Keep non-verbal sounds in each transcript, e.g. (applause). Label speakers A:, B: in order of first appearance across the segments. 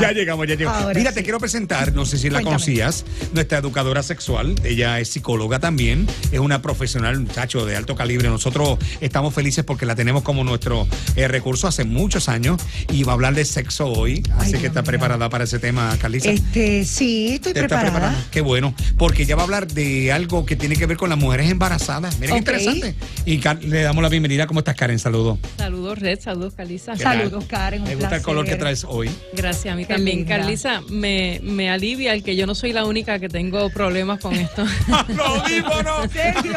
A: Ya llegamos, ya llegamos.
B: Ahora
A: Mira,
B: sí.
A: te quiero presentar, no sé si la
B: Cuéntame.
A: conocías, nuestra educadora sexual. Ella es psicóloga también, es una profesional, muchacho de alto calibre. Nosotros estamos felices porque la tenemos como nuestro eh, recurso hace muchos años y va a hablar de sexo hoy. Así
B: Dios
A: que está
B: mío.
A: preparada para ese tema, Carlisa.
B: Este, sí, estoy
A: ¿Te estás
B: preparada.
A: preparando? Qué bueno, porque ella va a hablar de algo que tiene que ver con las mujeres embarazadas. Mira
B: Ok.
A: qué interesante. Y Car- le damos la bienvenida. ¿Cómo estás, Karen? Saludos.
C: Saludos, Red. Saludos, Carlisa.
A: ¿Qué tal?
B: Saludos, Karen. Un
A: Me gusta el
B: placer.
A: color que traes hoy.
C: Gracias a mí
B: Qué
C: también,
B: linda.
C: Carlisa. Me, me alivia el que yo no soy la única que tengo problemas
A: (laughs)
C: con esto.
A: ¡Lo digo, no!
B: ¿En serio?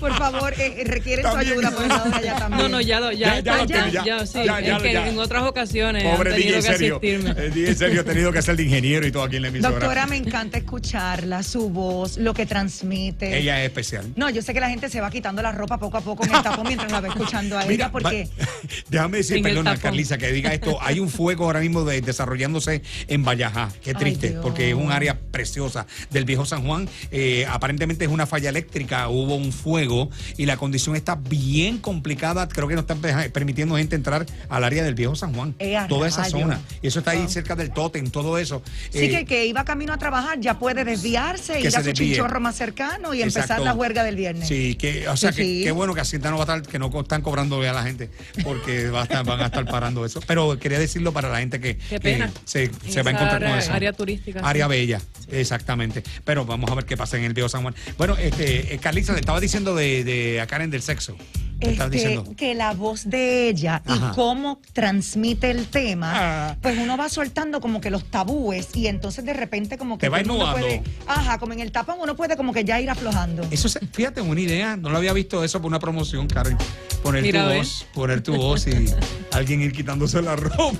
B: Por favor, eh, eh, requieren su
A: También.
B: ayuda por favor, allá también.
C: No, no, ya lo,
A: Ya,
C: ya,
A: ya
B: lo tengo,
A: ya.
C: sí,
A: Ya, ya,
C: es que
A: ya.
C: en otras ocasiones
A: (laughs) Pobre
C: han
A: DJ,
C: tenido
A: en
C: que
A: serio. Eh,
C: asistirme.
A: El DJ, en serio, ha tenido que ser de ingeniero y todo aquí en la emisora.
B: Doctora, me encanta escucharla, su voz, lo que transmite.
A: Ella es especial.
B: No, yo sé que la gente se va quitando la ropa poco a poco en el tapón mientras la
A: (laughs)
B: va escuchando a
A: Mira,
B: ella, porque
A: va- déjame decir,
C: En el
A: perdona,
C: tapón.
A: Carlisa, que diga esto. Hay un fuego ahora mismo de- desarrollándose en Vallajá. Qué
B: Ay,
A: triste,
B: Dios.
A: porque es un área preciosa del viejo San Juan. Eh, aparentemente es una falla eléctrica, hubo un fuego y la condición está bien complicada. Creo que no están deja- permitiendo gente entrar al área del viejo San Juan.
B: Eh, a
A: toda esa
B: rayos.
A: zona. Y eso está ahí
B: Wow.
A: cerca del Totem, todo eso.
B: sí
A: Eh,
B: que el que iba camino a trabajar ya puede desviarse,
A: Que
B: ir
A: se
B: a su
A: desvíe.
B: chinchorro más cercano y empezar
A: Exacto.
B: la huelga del viernes.
A: Sí, que, o sea,
B: Sí,
A: que,
B: sí.
A: qué bueno que Hacienda no va a estar, que no co- están cobrando a la gente, porque va a estar- van a estar parando eso. Pero quería decirlo para la gente que,
C: Qué
A: que
C: pena.
A: se,
C: En
A: se va a
C: esa
A: encontrar con
C: área-
A: eso.
C: área turística, sí.
A: Área bella, exactamente. Pero vamos a ver qué pasa en el Viejo San Juan. Bueno, este, eh, Carlisa, le estaba diciendo de, de a Karen del sexo. Le estabas
B: Este,
A: diciendo.
B: que la voz de ella
A: Ajá.
B: y cómo transmite el tema,
A: Ah.
B: pues uno va soltando como que los tabúes y entonces de repente como que
A: Te va
B: todo el mundo
A: innovando.
B: puede- ajá, como en el tapón uno puede como que ya ir aflojando.
A: Eso es, fíjate, una idea. No lo había visto eso por una promoción, Karen. Poner
C: Mira,
A: tu
C: ¿ves?
A: voz, poner tu voz y alguien ir quitándose la ropa.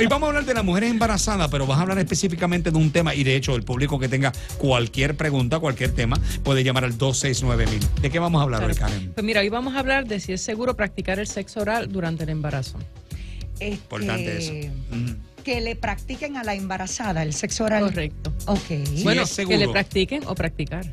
A: y vamos a hablar de las mujeres embarazadas, pero vas a hablar específicamente de un tema. Y de hecho, el público que tenga cualquier pregunta, cualquier tema, puede llamar al 269000. ¿De qué vamos a hablar hoy,
C: Claro.
A: Karen?
C: Pues mira, hoy vamos a hablar de si es seguro practicar el sexo oral durante el embarazo.
B: Este,
A: Importante eso. Mm.
B: Que le practiquen a la embarazada el sexo oral.
C: Correcto.
B: Ok.
A: Sí,
C: bueno,
A: es
C: que le
A: seguro.
C: practiquen o practicar.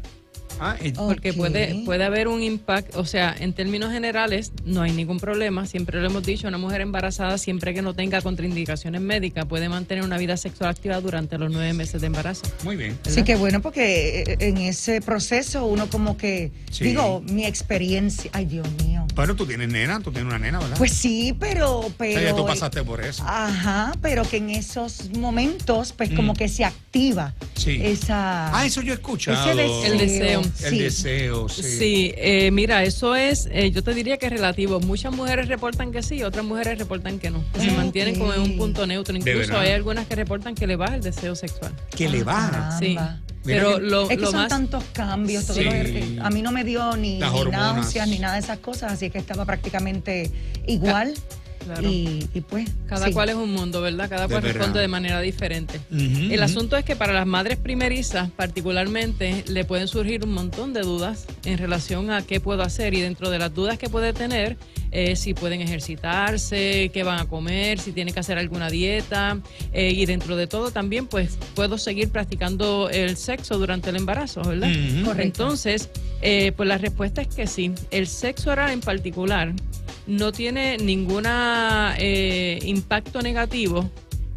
A: Ah, y-
B: Oh.
C: Porque
B: Ok.
C: puede, puede haber un impacto, o sea, en términos generales no hay ningún problema, siempre lo hemos dicho, una mujer embarazada siempre que no tenga contraindicaciones médicas puede mantener una vida sexual activa durante los nueve meses de embarazo.
A: muy bien.
B: Sí, que bueno, porque eh, en ese proceso uno como que,
A: Sí.
B: digo, mi experiencia, ay Dios mío.
A: Bueno, tú tienes nena, tú tienes una nena, ¿verdad?
B: Pues eh, ah, sí, pero,
A: O
B: pero.
A: sea, ya tú pasaste por eso.
B: Ajá, pero que en esos momentos, pues
A: Mm.
B: como que se activa
A: Sí.
B: esa.
A: Ah, eso yo he escuchado.
B: ese deseo.
C: El deseo.
A: El
B: sí.
A: deseo,
C: Sí,
A: sí.
C: eh, mira, eso es, eh, yo te diría que es relativo. Muchas mujeres reportan que sí, otras mujeres reportan que no. Que se
B: Ok.
C: mantienen como en un punto neutro.
A: De
C: Incluso
A: verdad.
C: hay algunas que reportan que le baja el deseo sexual.
A: Que le baja.
B: Caramba.
C: Sí.
A: Mira
C: Pero
A: que-
C: lo,
B: Es que
C: lo
B: son
C: más...
B: tantos cambios, todo
C: Sí.
B: lo que- a mí no me dio ni,
A: Las
B: ni
A: hormonas.
B: náuseas ni nada de esas cosas, así que estaba prácticamente igual
C: Claro.
B: y, y pues
C: Cada
B: sí.
C: cual es un mundo, ¿verdad? Cada
A: De
C: cual
A: verdad.
C: responde de manera diferente.
A: Ujú,
C: El
A: ujú.
C: asunto es que para las madres primerizas, particularmente, le pueden surgir un montón de dudas en relación a qué puedo hacer y dentro de las dudas que puede tener, eh, si pueden ejercitarse, qué van a comer, si tienen que hacer alguna dieta eh, y dentro de todo también, pues, puedo seguir practicando el sexo durante el embarazo, ¿verdad?
A: Ujú.
B: Correcto.
C: Entonces, eh, pues la respuesta es que sí. El sexo oral en particular no tiene ningún impacto negativo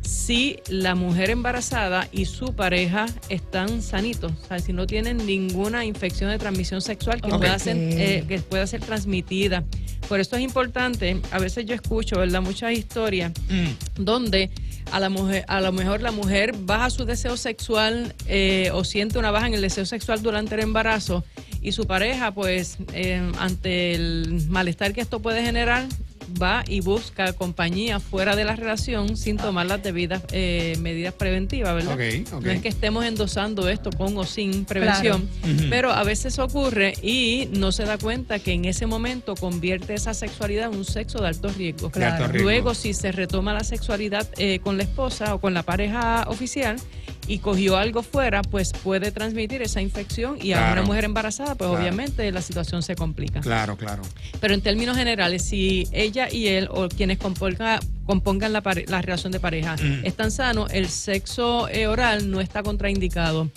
C: si la mujer embarazada y su pareja están sanitos, o sea, si no tienen ninguna infección de transmisión sexual que,
B: Ok.
C: pueda, ser,
B: Ok.
C: eh, que pueda ser transmitida. Por eso es importante, a veces yo escucho, ¿verdad? Muchas historias
A: Mm.
C: donde a la mujer, a lo mejor la mujer baja su deseo sexual eh, o siente una baja en el deseo sexual durante el embarazo y su pareja, pues, eh, ante el malestar que esto puede generar, va y busca compañía fuera de la relación sin tomar las debidas eh, medidas preventivas, ¿verdad?
A: Ok, ok.
C: No es que estemos endosando esto con o sin prevención,
A: Ujú.
C: pero a veces ocurre y no se da cuenta que en ese momento convierte esa sexualidad en un sexo de alto riesgo.
A: De alto
B: claro,
A: riesgo.
C: Luego, si se retoma la sexualidad eh, con la esposa o con la pareja oficial y cogió algo fuera, pues puede transmitir esa infección y a
A: Claro.
C: una mujer embarazada, pues
A: Claro.
C: obviamente la situación se complica.
A: Claro, claro.
C: Pero en términos generales, si ella y él o quienes componga- compongan la, pare- la relación de pareja
A: Mm.
C: están sanos, el sexo eh, oral no está contraindicado.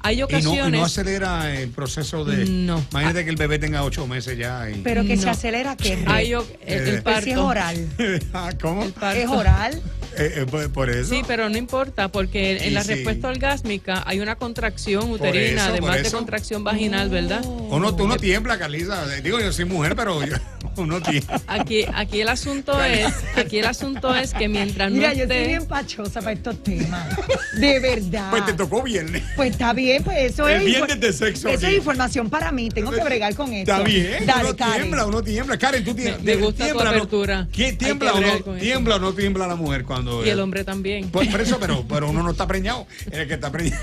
C: Hay
A: Y no, y no
C: ocasiones...
A: acelera el proceso de.
C: No.
A: Imagínate que el bebé tenga ocho meses ya. Y...
B: Pero que se
C: No.
B: acelera que
C: Hay o- el, el
A: Eh,
B: Pues si es
C: parto.
B: oral.
A: (laughs) Ah, ¿Cómo?
C: El parto.
B: Es oral.
A: eh, eh, por, por eso.
C: Sí, pero no importa, porque en
A: Y
C: la
A: sí.
C: respuesta orgásmica hay una contracción uterina,
A: eso, por
C: además de
A: eso.
C: contracción vaginal, ¿verdad?
B: Oh.
A: Uno,
C: pues,
A: uno tiembla, Carlisa. Digo, yo soy mujer, pero yo- (laughs)
C: Ah.
A: uno tiembla.
C: Aquí, aquí el asunto es, aquí el asunto es que mientras
B: Mira,
C: no
B: yo estoy
C: esté-
B: bien pachosa para estos temas. De verdad.
A: Pues te tocó viernes.
B: Pues está bien, pues eso
A: El
B: es.
A: viernes
B: infor-
A: de sexo
B: Eso
A: aquí.
B: es información para mí. Tengo que bregar con esto.
A: Está bien,
B: Dale,
A: uno
B: Karen.
A: tiembla, uno tiembla. Karen, tú tie-
C: Me- me gusta tu
A: o no-
C: apertura.
A: ¿Qué
C: Hay
A: tiembla
C: que
A: o
C: bregar
A: no?
C: con eso.
A: ¿Tiembla o no tiembla la mujer cuando.?
C: y el hombre también.
A: Pues por eso,
C: (laughs)
A: pero, pero uno no está preñado. El que está preñado.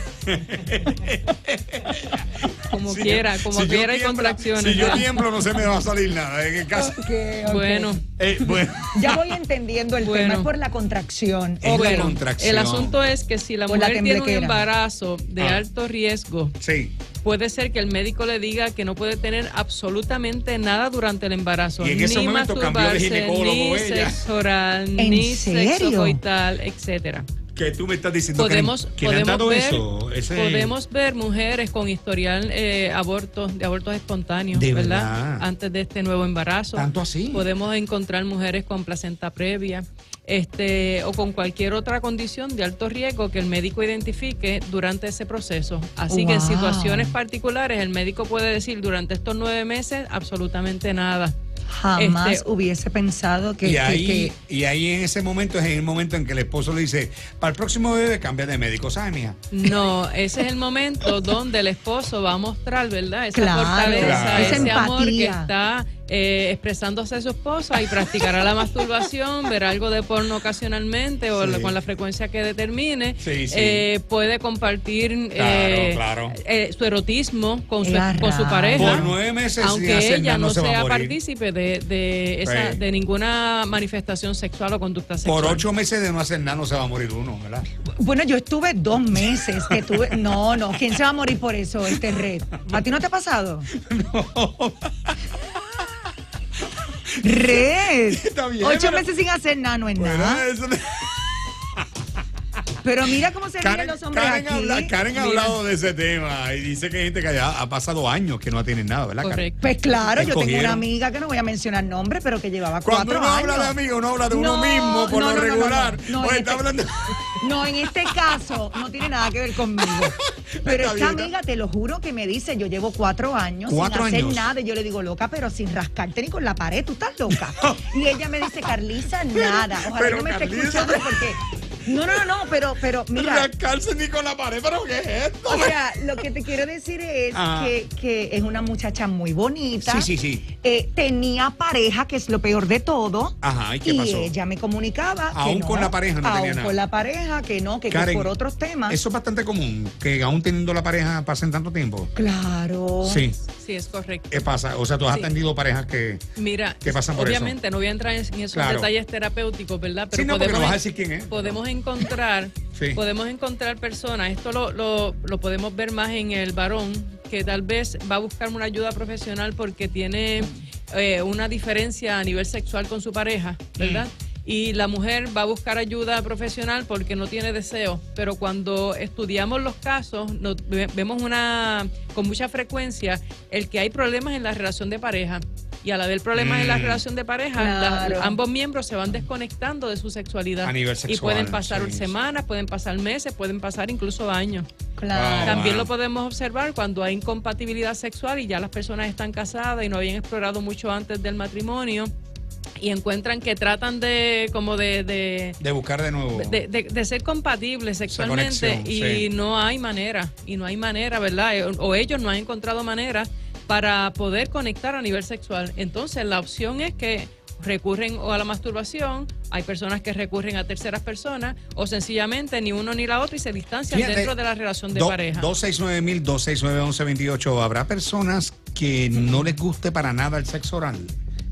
C: Como
A: Si yo-
C: quiera, como
A: si yo
C: quiera hay
A: tiembla-
C: contracciones.
A: Si yo
C: ¿verdad?
A: tiemblo, no se me va a salir nada. En el caso.
B: Ok, ok.
C: Bueno.
A: (laughs) Eh, bueno.
B: Ya voy entendiendo el tema.
C: Bueno.
B: Es por la contracción.
A: Es la
B: Ok.
C: Bueno,
A: contracción.
C: el asunto es que si la
B: Por la
C: mujer tiene un
B: temblequera.
C: embarazo de
A: Ah.
C: alto riesgo,
A: Sí.
C: puede ser que el médico le diga que no puede tener absolutamente nada durante el embarazo.
A: Y en ese
C: ni
A: momento cambió de
C: masturbarse,
A: ginecólogo
C: ni
A: ella.
C: sexo oral,
B: ¿En
C: ni
B: serio?
C: sexo coital, etcétera.
A: Que tú me estás diciendo
C: Podemos,
A: Karen, que le han
C: podemos,
A: dado
C: ver,
A: eso. Ese-
C: podemos ver mujeres con historial eh, abortos, de abortos espontáneos,
A: De
C: ¿verdad?
A: verdad.
C: Antes de este nuevo embarazo.
A: Tanto así.
C: Podemos encontrar mujeres con placenta previa este, o con cualquier otra condición de alto riesgo que el médico identifique durante ese proceso. Así que en
B: Wow.
C: situaciones particulares el médico puede decir durante estos nueve meses absolutamente nada.
B: Jamás
C: Este-
B: hubiese pensado que.
A: y,
B: que-
A: ahí,
B: que-
A: y ahí en ese momento es en el momento en que el esposo le dice, para el próximo bebé cambia de médico, ¿sabes, mija?
C: No, ese es el momento donde el esposo va a mostrar, ¿verdad? Esa
B: Claro,
C: fortaleza,
A: Claro.
C: ese
A: esa
C: amor que
B: empatía.
C: está eh, expresándose a su esposa y practicará la masturbación, verá algo de porno ocasionalmente o
A: Sí.
C: la- con la frecuencia que determine.
A: Sí, sí.
C: Eh, puede compartir eh,
A: claro.
C: eh, su erotismo con su,
B: Ea,
C: con su
B: rayos.
C: pareja.
A: Por nueve meses sin
C: Aunque
A: hacer nada,
C: ella no
A: se va a
C: sea
A: morir.
C: partícipe de, de, esa-
A: Sí.
C: de ninguna manifestación sexual o conducta sexual.
A: Por ocho meses de no hacer nada no se va a morir uno, ¿verdad?
B: Bueno, yo estuve dos meses que tuve. No, no. ¿Quién se va a morir por eso, este red? ¿A ti no te ha pasado? Red.
A: (laughs) Está bien,
B: Ocho
A: pero-
B: meses sin hacer nada, no es
A: ¿Verdad?
B: nada.
A: Eso-
B: Pero mira cómo se ríen
A: Karen,
B: los hombres
A: Karen
B: aquí.
A: habla- Karen ha
C: Mira.
A: hablado de ese tema y dice que hay gente que ya ha pasado años que no tiene nada, ¿verdad? Karen?
C: Correcto.
B: Pues claro, yo tengo
A: Escogieron.
B: una amiga que no voy a mencionar nombre, pero que llevaba
A: Cuando
B: cuatro
A: uno
B: años.
A: habla de amigo, uno habla de uno
B: No,
A: mismo por
B: no,
A: lo
B: no, no, no,
A: regular.
B: no, no,
A: Oye,
B: en
A: está
B: este- (laughs)
A: hablando-
B: No, en este caso no tiene nada que ver conmigo.
A: (laughs)
B: Pero
A: Está
B: esta
A: bien,
B: amiga, te lo juro que me dice, yo llevo cuatro años
A: Cuatro
B: sin hacer
A: años.
B: nada. Y yo le digo, loca, pero sin rascarte ni con la pared, tú estás loca. Y ella me dice, Carlisa, nada. Ojalá
A: pero
B: que no me esté
A: Carlisa-
B: escuchando porque... No, no, no, pero, pero mira,
A: Rascarse ni con la pared, pero ¿qué es esto?
B: O sea, lo que te quiero decir es
A: Ah.
B: que, que es una muchacha muy bonita.
A: Sí, sí, sí.
B: Eh, tenía pareja, que es lo peor de todo.
A: Ajá, ¿y qué pasó?
B: ella me comunicaba. que
A: Aún
B: no,
A: con la pareja no
B: aún
A: tenía nada.
B: con la pareja, que no, que, que
A: Karen,
B: por otros temas.
A: Eso es bastante común, que aún teniendo la pareja pasen tanto tiempo.
B: Claro.
A: Sí.
C: Sí, es correcto.
A: ¿Qué pasa? O sea, tú has
C: Sí.
A: atendido parejas que.
C: Mira,
A: ¿Qué pasan por eso?
C: obviamente no voy a entrar en esos
A: Claro.
C: detalles terapéuticos, ¿verdad?
A: Sí, no, porque no vas a decir quién es.
C: Podemos encontrar,
A: Sí.
C: podemos encontrar personas, esto lo, lo, lo podemos ver más en el varón, que tal vez va a buscar una ayuda profesional porque tiene eh, una diferencia a nivel sexual con su pareja,
A: Mm.
C: ¿verdad? Y la mujer va a buscar ayuda profesional porque no tiene deseo. Pero cuando estudiamos los casos, nos- ve- vemos una con mucha frecuencia el que hay problemas en la relación de pareja. Y al haber problemas en la
A: Mm.
C: relación de pareja,
B: Claro.
C: la- ambos miembros se van desconectando de su sexualidad.
A: A nivel
C: y
A: sexual,
C: pueden pasar
A: sí, sí.
C: semanas, pueden pasar meses, pueden pasar incluso años.
A: Ah,
B: Claro.
C: También
A: wow.
C: lo podemos observar cuando hay incompatibilidad sexual y ya las personas están casadas y no habían explorado mucho antes del matrimonio y encuentran que tratan de como de, de,
A: De buscar de nuevo.
C: de- de- de ser compatibles sexualmente
A: conexión,
C: y
A: sí.
C: no hay manera, y no hay manera, ¿verdad? Eh, O, o ellos no han encontrado manera para poder conectar a nivel sexual. Entonces la opción es que recurren o a la masturbación, hay personas que recurren a terceras personas o sencillamente ni uno ni la otra y se distancian
A: Fíjate,
C: dentro de la relación de
A: Do-
C: pareja.
A: 269 269-1128. Habrá personas que no les guste para nada el sexo oral.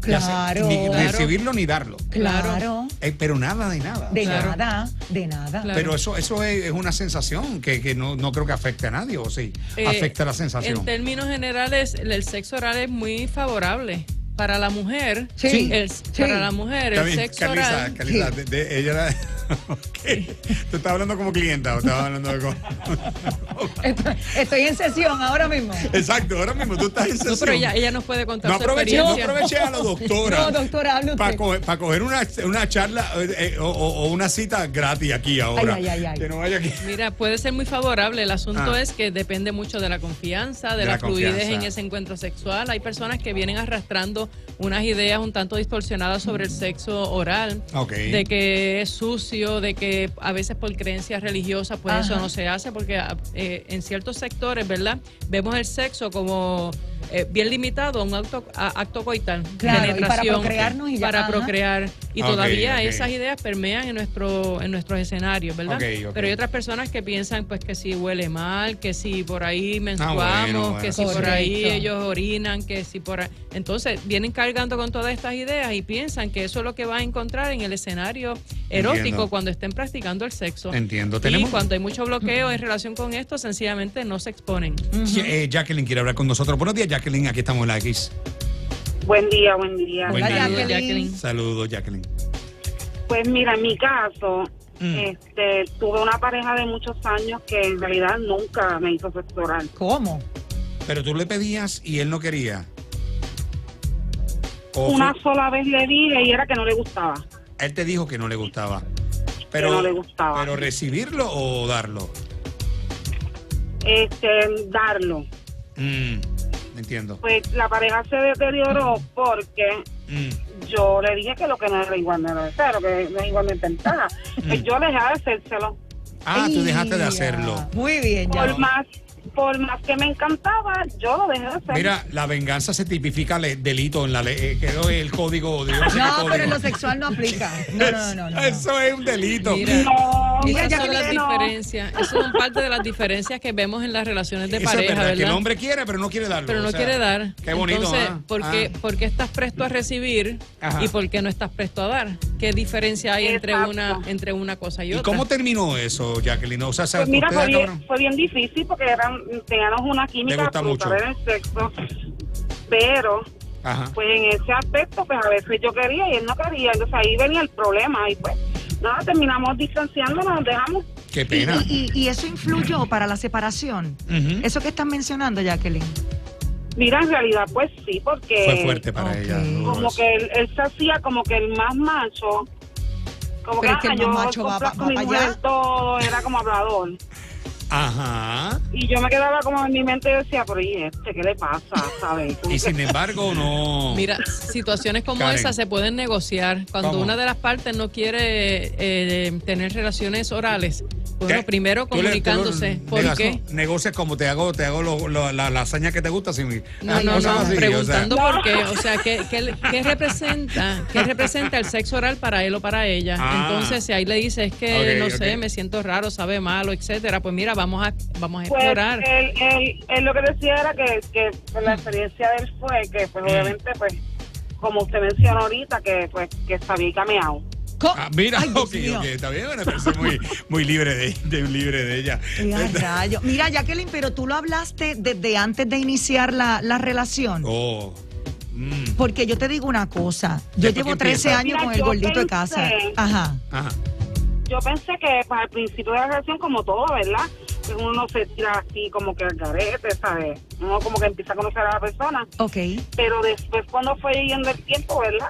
A: Ya sé,
B: Claro.
A: Ni
B: Claro.
A: recibirlo ni darlo.
B: Claro.
A: Eh, pero nada de nada.
B: De
C: Claro.
B: nada, de nada.
C: Claro.
A: Pero eso, eso es, es una sensación que, que no, no creo que afecte a nadie, ¿o sí?
C: Eh,
A: afecta la sensación.
C: En términos generales, el el sexo oral es muy favorable para la mujer.
B: Sí,
C: el-
B: sí.
C: Para la mujer,
A: Está
C: el
A: bien,
C: sexo
A: Carlisa,
C: oral.
A: Carlisa, de- de- ella era- (laughs) Ok. Te estaba hablando como clienta o estaba hablando de como...
B: (laughs) Estoy, estoy en sesión ahora mismo.
A: Exacto, ahora mismo tú estás en sesión.
C: No, pero ella, ella nos puede contar
A: No
C: su
A: aproveché, no
C: experiencia.
A: aproveché a la doctora.
B: No, doctora, hable
A: Para
B: usted.
A: coger, pa' coger una, una charla eh, eh, o, o- o una cita gratis aquí ahora.
B: Ay, ay, ay, ay.
A: Que no vaya aquí.
C: Mira, puede ser muy favorable. El asunto
A: Ah.
C: es que depende mucho de la confianza, de,
A: De
C: la,
A: la
C: fluidez en
A: confianza.
C: ese encuentro sexual. Hay personas que vienen arrastrando unas ideas un tanto distorsionadas sobre el sexo oral,
A: Ok.
C: de que es sucio, de que a veces por creencias religiosas, pues eso
B: Ajá.
C: no se hace, porque ah, eh, en ciertos sectores, ¿verdad? Vemos el sexo como eh, bien limitado a un acto, a- acto coital,
B: Claro, y para
C: penetración,
B: procrearnos y ya,
C: para
B: ajá.
C: procrear. Y
A: Ok,
C: todavía
A: ok.
C: esas ideas permean en nuestro en nuestros escenarios, ¿verdad?
A: Ok, ok.
C: Pero hay otras personas que piensan pues que si huele mal, que si por ahí menstruamos,
A: Ah, bueno,
C: que
A: bueno.
C: si por ahí
B: Correcto.
C: ellos orinan, que si por ahí... Entonces vienen cargando con todas estas ideas y piensan que eso es lo que va a encontrar en el escenario erótico
A: Entiendo.
C: cuando estén practicando el sexo.
A: Entiendo.
C: Y
A: Tenemos.
C: cuando hay mucho bloqueo en relación con esto, sencillamente no se exponen.
B: Mm.
A: Sí, eh, Jacqueline quiere hablar con nosotros. Buenos días, Jacqueline. Aquí estamos en la X.
D: Buen día, buen día.
A: Buen
B: Hola,
A: día.
B: Jacqueline.
C: Jacqueline.
A: Saludos, Jacqueline.
D: Pues mira, en mi caso,
A: Mm.
D: este, tuve una pareja de muchos años que en realidad nunca me hizo sexo oral.
B: ¿Cómo?
A: Pero tú le pedías y él no quería. O fue-
D: Una sola vez le dije y era que no le gustaba.
A: él te dijo que no le gustaba. Pero,
D: no le gustaba.
A: Pero recibirlo o darlo.
D: Este, darlo.
A: Mm, entiendo.
D: Pues la pareja se deterioró porque
A: Mm,
D: yo le dije que lo que no era igual no era cero, que no es igual de ventaja.
A: Mm.
D: Pues yo le dejé de hacérselo.
A: Ah, tú dejaste de
B: Ey,
A: hacerlo.
B: Muy bien, ya.
D: Por más, por más que me encantaba, yo lo dejé de hacer.
A: Mira, la venganza se tipifica le- delito en la ley. eh, quedó el código. Dios, ese
B: No,
A: código.
B: pero en lo sexual no aplica. No, no, no, no. no.
A: Eso (laughs) es un delito.
C: Mira.
D: no, mira,
C: Esas
D: ya
C: son las
D: que no.
C: diferencias, esas son parte de las diferencias que vemos en las relaciones de
A: Eso
C: pareja,
A: es verdad,
C: ¿verdad?
A: que el hombre quiere, pero no quiere darlo.
C: pero no
A: o sea,
C: quiere dar.
A: Qué bonito.
C: Entonces,
A: ah,
C: ¿por, qué,
A: ah.
C: por qué estás presto a recibir
A: Ajá.
C: y por qué no estás presto a dar? ¿Qué diferencia hay entre
D: Exacto.
C: una, entre una cosa y,
A: ¿Y
C: otra?
A: cómo terminó eso, Jacqueline? O sea,
D: Pues mira,
A: ustedes
D: fue bien,
A: acabaron-
D: fue bien difícil porque eran, teníamos una
A: Le
D: química
A: gusta mucho.
D: brutal en el sexo, pero
A: Ajá.
D: pues en ese aspecto pues a veces yo quería y él no quería, entonces ahí venía el problema y pues nada, terminamos distanciándonos, nos dejamos.
A: Qué
B: Pues, Y,
A: pena.
B: y- y- y eso influyó para la separación.
A: Ujú.
B: Eso que están mencionando, Jacqueline.
D: Mira, en realidad pues sí, porque
A: Fue fuerte pues. para
B: ok.
A: ella. ¿no?
D: como
A: Eso.
D: que él, él se hacía como que el más macho, como
B: Pero es que
D: "Ah,
B: el
D: yo
B: más macho va
D: complazco
B: pa-
D: a
B: va
D: mi
B: pa'
D: mujer
B: allá".
D: en todo, era como hablador.
A: Ajá.
D: Y yo me quedaba como en mi mente y decía, pero ¿y este qué le pasa? ¿Sabes?
B: (laughs)
D: Como
A: Y
D: que-
A: sin embargo, no.
C: Mira, situaciones como
A: Karen.
C: esas se pueden negociar. Cuando
A: ¿Cómo?
C: una de las partes no quiere eh, tener relaciones orales, bueno,
A: ¿Qué?
C: primero
A: Tú le- tú lo
C: comunicándose. ¿Por
A: negas-
C: qué?
A: Negocias como te hago, te hago lo- lo- la lasaña que te gusta sin.
C: No,
A: ah,
C: no,
A: cosas
C: no,
A: así, o sea.
C: preguntando por qué, o sea, ¿qué, qué, qué representa, qué representa el sexo oral para él o para ella?
A: Ah.
C: Entonces, si ahí le dices que,
A: Ok,
C: no
A: ok.
C: sé, me siento raro, sabe malo, etcétera, pues mira, vamos a, vamos a
D: Pues
C: explorar.
D: él, él, él lo que decía era que, que pues, la experiencia de él fue que,
A: Mm.
D: pues obviamente, pues como usted mencionó ahorita, que pues que sabía y cameado.
B: Co-
A: Ah, mira,
B: Ay, Dios
A: ok,
B: mío.
A: ok, está bien, me parece muy, muy libre de, de- libre de ella.
B: Ea, rayo. Mira, Jacqueline, pero tú lo hablaste desde antes de iniciar la, la relación.
A: Oh. mm,
B: Porque yo te digo una cosa. Yo
A: Después
B: llevo
A: que
B: 13
A: empieza.
B: años
D: Mira,
B: con el
D: yo
B: gordito de casa.
D: pensé-
B: Ajá.
A: Ajá.
D: Yo pensé que pues, al principio de la relación, como todo, ¿verdad? Que uno no se tira así como que al garete, ¿sabes? Uno como que empieza a conocer a la persona.
B: Ok.
D: Pero después, cuando fue yendo el tiempo, ¿verdad?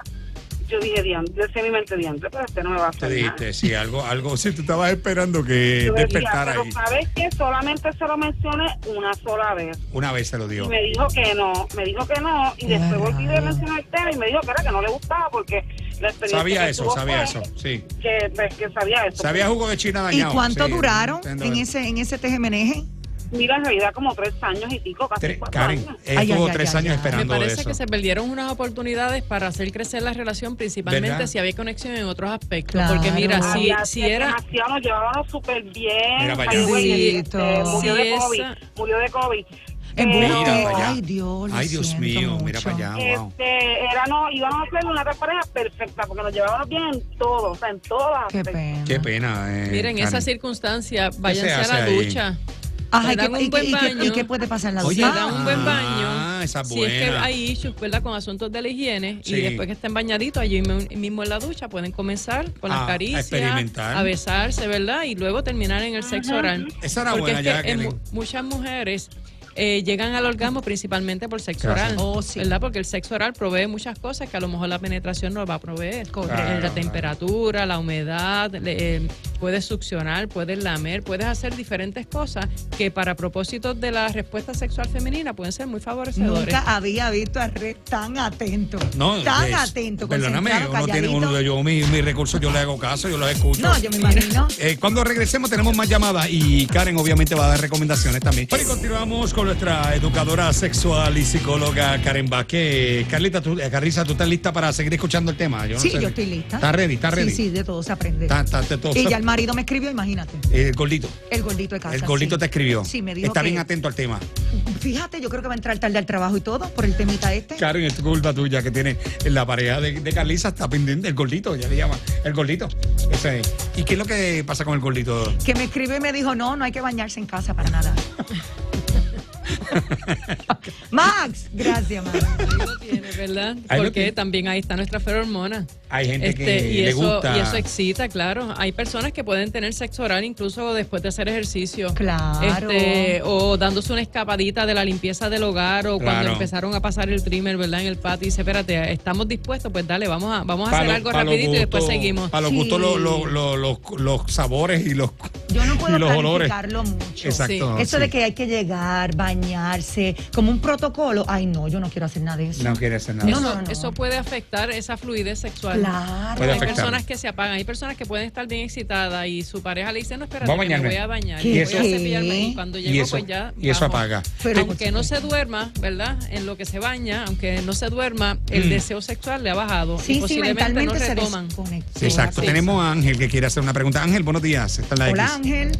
D: Yo dije, diantre, decía en mi mente, diantre, pero este no me va a
A: Te
D: hacer nada.
A: dijiste, sí, algo, algo. Sí, tú estabas esperando que
D: Yo decía,
A: despertara
D: pero
A: ahí.
D: ¿sabes que Solamente se lo mencioné una sola vez.
A: Una vez se lo dio.
D: Y me dijo que no, me dijo que no, y
B: Claro.
D: después volví de mencionar el tema y me dijo que era que no le gustaba porque la experiencia
A: Sabía
D: que
A: eso,
D: tuvo
A: sabía eso,
D: fue
A: sí.
D: Que, pues, que sabía eso.
A: Sabía jugo de China
B: ¿Y
A: dañado.
B: cuánto
A: sí,
B: duraron
A: entiendo.
B: en ese, en ese tejemeneje?
D: Mira, en realidad como tres años y pico, casi
A: Tre-
D: cuatro
A: Karen,
D: años.
A: él
B: Ay,
A: estuvo
B: ay, ay,
A: tres
B: ay,
A: años
B: ay.
C: Me
A: esperando
C: parece
A: eso.
C: que se perdieron unas oportunidades para hacer crecer la relación, principalmente
A: ¿Verdad?
C: si había conexión en otros aspectos.
B: Claro.
C: Porque mira, si,
D: Había-
C: si era...
D: demasiado, nos llevábamos súper bien.
A: Mira para
D: Ay,
A: allá.
D: güey,
B: Bendito.
D: este, murió,
C: Sí,
D: de
C: esa-
D: COVID, murió de COVID. Eh,
B: Embuste.
A: Mira para allá.
B: Ay, Dios. lo
A: Ay, Dios
B: siento
A: mío, mira
B: mucho.
A: para allá, wow.
D: Este, era, no, íbamos a ser una pareja perfecta porque nos llevábamos bien en todo, o sea, en todas.
B: Qué
D: aspectos.
B: pena.
A: Qué pena. Eh,
C: Miren,
A: Karen.
C: esa circunstancia, váyanse a
A: hace
C: la
A: ahí?
C: ducha.
B: Ajá,
C: Le
B: ¿y
C: dan
B: qué-
C: un
B: y, qué-
C: buen
B: y qué- y
C: baño.
B: qué puede pasar en la
A: Oye,
C: le
B: ducha?
A: da
C: dan un
A: Ah,
C: buen baño.
A: esa es
C: si es que
A: buena.
C: hay issues, ¿verdad? Con asuntos de la higiene.
A: Sí.
C: Y después que estén bañaditos, allí mi- mismo en la ducha, pueden comenzar con
A: Ah,
C: las
A: a
C: caricias,
A: experimentar.
C: a besarse, ¿verdad? Y luego terminar en el sexo oral.
A: Esa era
C: Porque
A: buena,
C: es
A: ya,
C: que en
A: Kelly.
C: mu- muchas mujeres eh, llegan al orgasmo principalmente por sexo
A: Gracias.
C: oral,
B: Oh, sí.
C: ¿verdad? Porque el sexo oral provee muchas cosas que a lo mejor la penetración no va a proveer.
A: Correcto.
C: Eh,
A: Claro,
C: la temperatura, la humedad, le- eh, puedes succionar, puedes lamer, puedes hacer diferentes cosas que para propósitos de la respuesta sexual femenina pueden ser muy favorecedores.
B: Nunca había visto a Red tan atento.
A: No,
B: tan
A: es-
B: atento,
A: Perdóname, uno
B: concentrado,
A: tiene
B: calladito.
A: uno de yo, mis mis recursos, yo le hago caso, yo los escucho.
B: No, yo me imagino.
A: Eh, cuando regresemos tenemos más llamadas y Karen obviamente va a dar recomendaciones también. Bueno, y continuamos con nuestra educadora sexual y psicóloga Karen Vázquez. Carlita, tú, eh, Carriza, ¿tú estás lista para seguir escuchando el tema? Yo no
B: Sí,
A: sé.
B: yo estoy lista.
A: ¿Estás ready? ¿Estás ready?
B: Sí, sí, de todo se aprende.
A: Está- está- está todo-
B: y ya el marido me escribió, imagínate.
A: Eh, gordito.
B: El gordito de casa.
A: El gordito
B: sí.
A: te escribió.
B: Sí, me dijo
A: Está
B: que-
A: bien atento al tema.
B: Fíjate, yo creo que va a entrar tarde al trabajo y todo por el temita este.
A: Karen, es culpa tuya que tiene la pareja de, de Carliza, está pendiente, el gordito, ya le llama, el gordito. Ese. ¿Y qué es lo que pasa con el gordito?
B: Que me escribió y me dijo, no, no hay que bañarse en casa
A: (laughs)
B: para nada. Max, gracias, Max.
C: Ahí lo tiene, ¿verdad?
A: Ahí lo
C: Porque
A: tiene.
C: también ahí está nuestra feromona.
A: Hay gente que
C: Este, y
A: le
C: eso,
A: gusta.
C: Y eso excita, claro. Hay personas que pueden tener sexo oral incluso después de hacer ejercicio.
B: Claro.
C: Este, o dándose una escapadita de la limpieza del hogar o
A: Claro.
C: cuando empezaron a pasar el trimmer, ¿verdad? En el patio y dice, espérate, estamos dispuestos, pues dale, vamos a, vamos a hacer algo rapidito y después seguimos.
A: Para los
B: Sí.
A: gustos, lo- lo- lo- los, los sabores y los,
B: Yo no puedo
A: y los olores.
B: planificarlo mucho.
C: Ah,
A: Exacto.
B: Eso
A: sí.
B: de que hay que llegar, bañarse, como un protocolo. Ay, no, yo no quiero hacer nada de eso.
A: No quiere hacer nada.
B: No,
C: Eso,
B: no, no.
C: eso puede afectar esa fluidez sexual.
B: Claro.
A: Puede
C: hay
A: afectar.
C: personas que se apagan, hay personas que pueden estar bien excitadas y su pareja le dice, no, espérate,
A: Voy a
C: que me
A: bañarme".
C: voy a bañar,
B: ¿Qué?
C: voy a
B: ¿Qué?
C: cepillarme. Y cuando llego,
A: y eso,
C: pues ya
A: y eso
C: bajo.
A: apaga.
B: Pero-
C: aunque no se duerma, ¿verdad? En lo que se baña, aunque no se duerma, el
A: Mm.
C: deseo sexual le ha bajado. y
B: Sí, sí,
C: posiblemente
B: mentalmente
C: no
B: se
C: retoman.
B: desconectó.
A: Sí, Exacto.
B: Sí.
A: Tenemos a Ángel que quiere hacer una pregunta. Ángel, buenos días. Está en la
B: Hola,
A: X.
B: Ángel.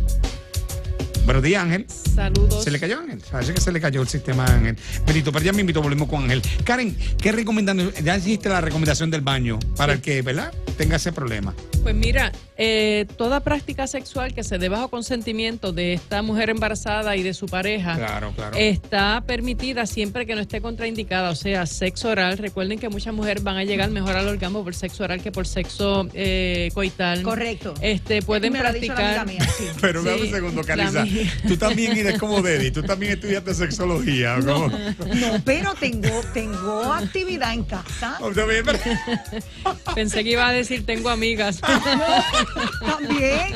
A: Buenos días, Ángel.
C: Saludos.
A: Se le cayó a Ángel. Parece que se le cayó el sistema a Ángel. Benito, pero ya me invito, volvemos con Ángel. Karen, ¿qué recomendando? Ya hiciste la recomendación del baño para el que, ¿verdad? Tenga ese problema.
C: Pues mira, eh, toda práctica sexual que se dé bajo consentimiento de esta mujer embarazada y de su
B: Ah.
C: pareja
A: Claro, claro.
B: Eh,
C: está permitida siempre que no esté contraindicada, o sea, sexo oral. Recuerden que muchas mujeres van a llegar mejor al orgasmo por sexo oral que por sexo eh, coital.
B: Correcto.
C: Este, pueden
B: Me lo ha dicho la
C: practicar.
B: amiga mía, sí.
A: Pero
C: Sí,
A: dame un segundo,
C: la
A: Carisa.
C: mía.
A: Tú también eres como Dedi, tú también estudiaste sexología. ¿o cómo?
B: No, pero tengo, tengo actividad en
C: (laughs)
B: casa.
A: O sea,
B: (laughs)
A: bien, pero-
C: Pensé que iba a decir tengo amigas. (laughs)
B: También.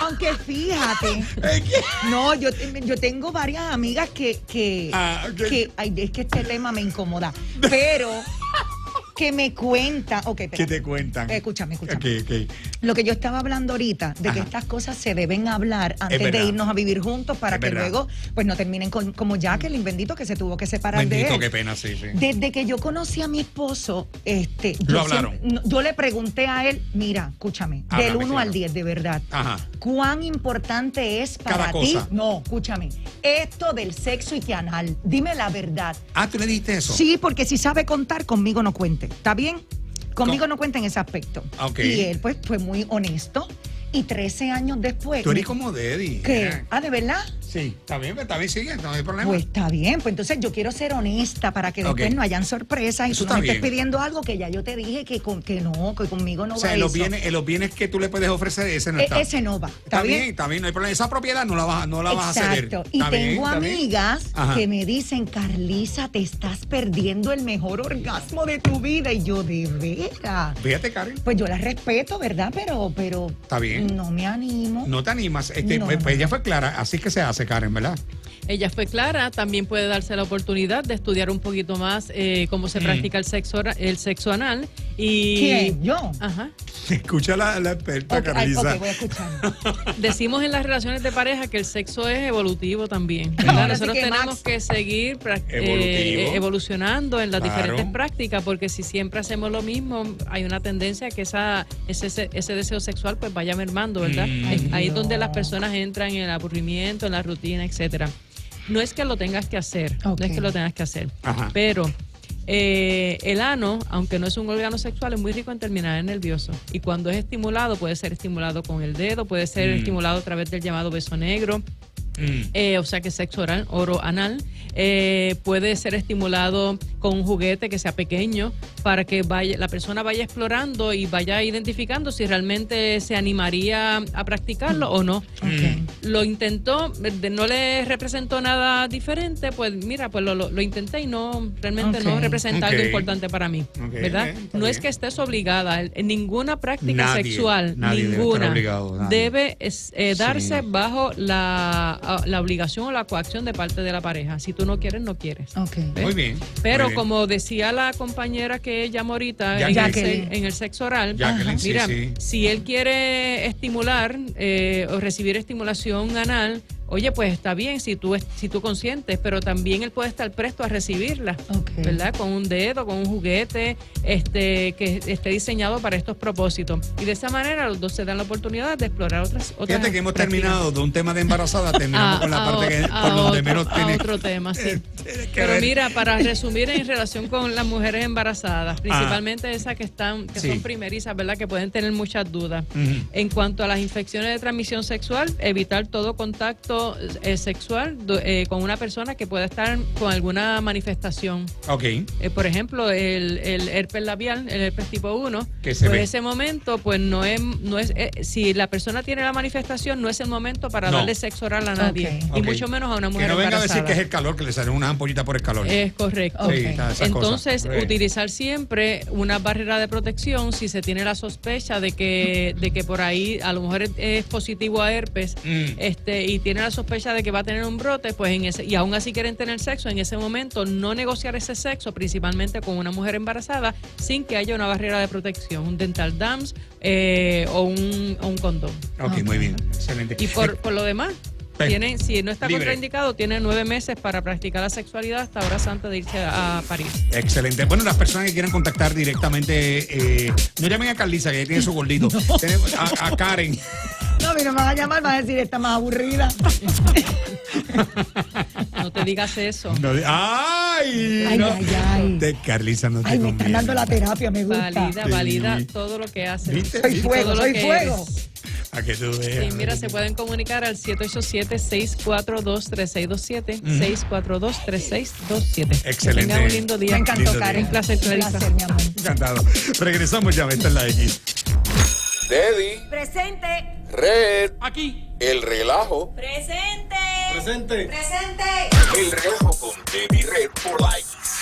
B: Aunque fíjate.
A: eh,
B: No, yo, yo tengo varias amigas que, que,
A: Ah, ok.
B: que- ay, es que este tema me incomoda. Pero que me cuentan. Ok,
A: ¿Qué
B: espera.
A: te cuentan?
B: Eh, escúchame, escúchame.
A: Ok, ok.
B: Lo que yo estaba hablando ahorita, de que
A: Ajá.
B: estas cosas se deben hablar antes
A: verdad.
B: de irnos a vivir juntos para
A: Es
B: que
A: verdad.
B: luego pues no terminen con, como Jacqueline, bendito que se tuvo que separar de
A: Bendito,
B: él.
A: qué pena, sí, sí.
B: Desde que yo conocí a mi esposo, este,
A: Lo
B: yo,
A: hablaron.
B: no, yo le pregunté a él, mira, escúchame,
A: Háblame,
B: del 1
A: claro.
B: al 10, de verdad,
A: Ajá.
B: ¿cuán importante es
A: Cada
B: para ti?
A: cosa.
B: No, escúchame, esto del sexo y que anal, dime la verdad.
A: Ah, tú le dijiste eso.
B: Sí, porque si sabe contar, conmigo no cuente, ¿está bien? Conmigo
A: Con-
B: no cuente en ese aspecto.
A: Ok.
B: Y él pues fue muy honesto y 13 años después...
A: Tú eres como Dedi.
B: ¿Qué? Ah, ¿de verdad?
A: Sí, está bien, está bien, sigue, no hay problema.
B: Pues está bien, pues entonces yo quiero ser honesta para que después
A: Ok.
B: no hayan sorpresas y
A: Eso
B: tú no
A: está
B: me estés
A: bien.
B: pidiendo algo que ya yo te dije que, con, que no, que conmigo no
A: o sea,
B: va
A: en los,
B: eso.
A: bienes, en los bienes que tú le puedes ofrecer, ese no
B: E-
A: está.
B: ese no va, ¿está
A: Está bien,
B: bien?
A: está bien, no hay problema. Esa propiedad no la vas, a- no la vas a ceder.
B: Exacto. Y
A: Está bien,
B: tengo
A: está bien.
B: amigas
A: Ajá.
B: que me dicen, Carlisa, te estás perdiendo el mejor orgasmo de tu vida. Y yo, de veras.
A: Fíjate, Karen.
B: Pues yo las respeto, ¿verdad? Pero, pero
A: Está bien.
B: no me animo.
A: No te animas. Este,
B: No,
A: pues,
B: no.
A: pues ella fue clara, así que se hace, Karen, ¿verdad? (laughs)
C: Ella fue clara, también puede darse la oportunidad de estudiar un poquito más eh, cómo se practica el sexo ora- el sexo anal y
B: ¿Quién? ¿Yo?
C: Ajá.
A: Escucha la, la experta,
B: Ok, ay,
A: Carlisa.
B: ok, voy
A: (laughs)
B: a escuchar.
C: Decimos en las relaciones de pareja que el sexo es evolutivo también. ¿verdad?
B: Ahora sí
C: Nosotros
B: Ah. que,
C: tenemos
B: Max.
C: que seguir prac-
A: Evolutivo.
C: eh, eh, evolucionando en las
A: Claro.
C: diferentes prácticas, porque si siempre hacemos lo mismo, hay una tendencia que esa, ese, ese- ese deseo sexual pues vaya mermando, ¿verdad?
A: Mm.
C: Ahí- Ahí es donde
B: no.
C: las personas entran en el aburrimiento, en la rutina, etcétera. No es que lo tengas que hacer, no es
B: Ok.
C: que lo tengas que hacer,
A: Ajá.
C: pero eh, el ano, aunque no es un órgano sexual, es muy rico en terminales nerviosas. Y cuando es estimulado, puede ser estimulado con el dedo, puede ser
A: Mm.
C: estimulado a través del llamado beso negro.
A: Mm.
C: eh, o sea que sexo oral, oro anal, eh, puede ser estimulado con un juguete que sea pequeño para que vaya, la persona vaya explorando y vaya identificando si realmente se animaría a practicarlo o no.
A: Mm.
C: Lo intentó, de- no le representó nada diferente, pues mira, pues lo, lo- lo intenté y no, realmente no
B: Ok.
C: representa algo
A: Ok.
C: importante para mí,
A: Ok,
C: ¿verdad?
A: eh, está
C: no es
A: bien.
C: que estés obligada, en ninguna práctica
A: Nadie,
C: sexual,
A: nadie debe estar
C: ninguna,
A: obligado, nadie.
C: debe es- eh,
A: Sí.
C: darse bajo la, a- la obligación o la coacción de parte de la pareja. Si tú no quieres, no quieres.
B: Ok.
C: ¿Ves?
A: Muy bien.
C: Pero
A: muy bien.
C: como decía la compañera que llamó ahorita en el,
B: Jacqueline.
C: se- en el sexo oral,
A: Jacqueline, sí,
C: mira,
A: sí.
C: si él quiere estimular eh, o recibir estimulación anal, oye, pues está bien si tú, es- si tú consientes, pero también él puede estar presto a recibirla.
B: Ok.
C: ¿verdad? Con un dedo, con un juguete, este, que esté diseñado para estos propósitos. Y de esa manera los dos se dan la oportunidad de explorar otras otras
A: Fíjate que hemos
C: prácticas.
A: terminado de un tema de
C: (laughs)
A: embarazada, terminamos
C: A-
A: con la
C: a
A: parte
C: o-
A: que
C: a
A: por donde
C: otro-
A: menos
C: a
A: tiene,
C: otro tema, sí.
A: tiene (laughs) que
C: ah, Pero
A: ver.
C: mira, para resumir en relación con las mujeres embarazadas, principalmente esas que están, que
A: Ah. Sí.
C: son primerizas, ¿verdad? Que pueden tener muchas dudas.
A: Ujú.
C: En cuanto a las infecciones de transmisión sexual, evitar todo contacto eh, sexual do- eh, con una persona que pueda estar con alguna manifestación.
A: Ok,
C: Eh, por ejemplo, el, el herpes labial, el herpes tipo 1,
A: Que se
C: pues
A: ve.
C: ese momento, pues no es, no es eh, si la persona tiene la manifestación, no es el momento para
A: No.
C: darle sexo oral a nadie,
B: Ok.
C: y
A: ok.
C: mucho menos a una mujer
A: Que no venga a decir
C: embarazada.
A: que es el calor, que le salen unas ampollitas por el calor.
C: Es correcto.
B: Ok.
A: Sí, está, esas cosas.
C: Entonces,
A: Muy bien.
C: utilizar siempre una barrera de protección si se tiene la sospecha de que, de que por ahí a lo mejor es, es positivo a herpes
A: Mm.
C: este, y tiene la sospecha de que va a tener un brote, pues en ese, y aún así quieren tener sexo, en ese momento no negociar ese sexo, principalmente con una mujer embarazada, sin que haya una barrera de protección, un dental dams eh, o, un, o un condón.
A: ok, muy bien, excelente.
C: Y por, por lo demás,
A: Ven.
C: tienen, si no está
A: Libre.
C: contraindicado, tienen nueve meses para practicar la sexualidad hasta horas antes de irse a, a París.
A: E-, Excelente. Bueno, las personas que quieran contactar directamente, eh, no llamen a Carlisa, que ella tiene su
B: (laughs)
A: gordito. Tenemos a, a Karen.
B: No, mira, me van a llamar, van a decir, está más aburrida.
C: No te digas eso.
A: No, de- ¡Ay!
B: Ay,
A: no.
B: ay, ay.
A: Te- Carlisa, no te
B: Ay, me están
A: conviene.
B: dando la terapia, me gusta.
C: Valida,
A: Sí.
C: valida todo lo que haces.
A: ¿Viste?
B: Soy
A: ¿Viste?
B: fuego,
C: Todo lo
B: soy
C: que
B: fuego. Eh,
C: eres.
A: A que tú veas.
C: Sí, mira, se pueden comunicar al 787-642-3627. 642-3627. Que
A: Excelente.
C: Tengan un lindo día.
B: Me encantó,
A: Lindo
B: Karen.
A: día.
C: Un placer,
B: Un
C: Clarisa.
B: placer, mi amor.
A: Encantado. Regresamos ya, esta es la X.
E: Teddy,
F: Presente.
E: Red,
G: Aquí.
E: El Relajo,
F: Presente.
G: Presente.
F: Presente.
E: El Relajo con Teddy Red por la X.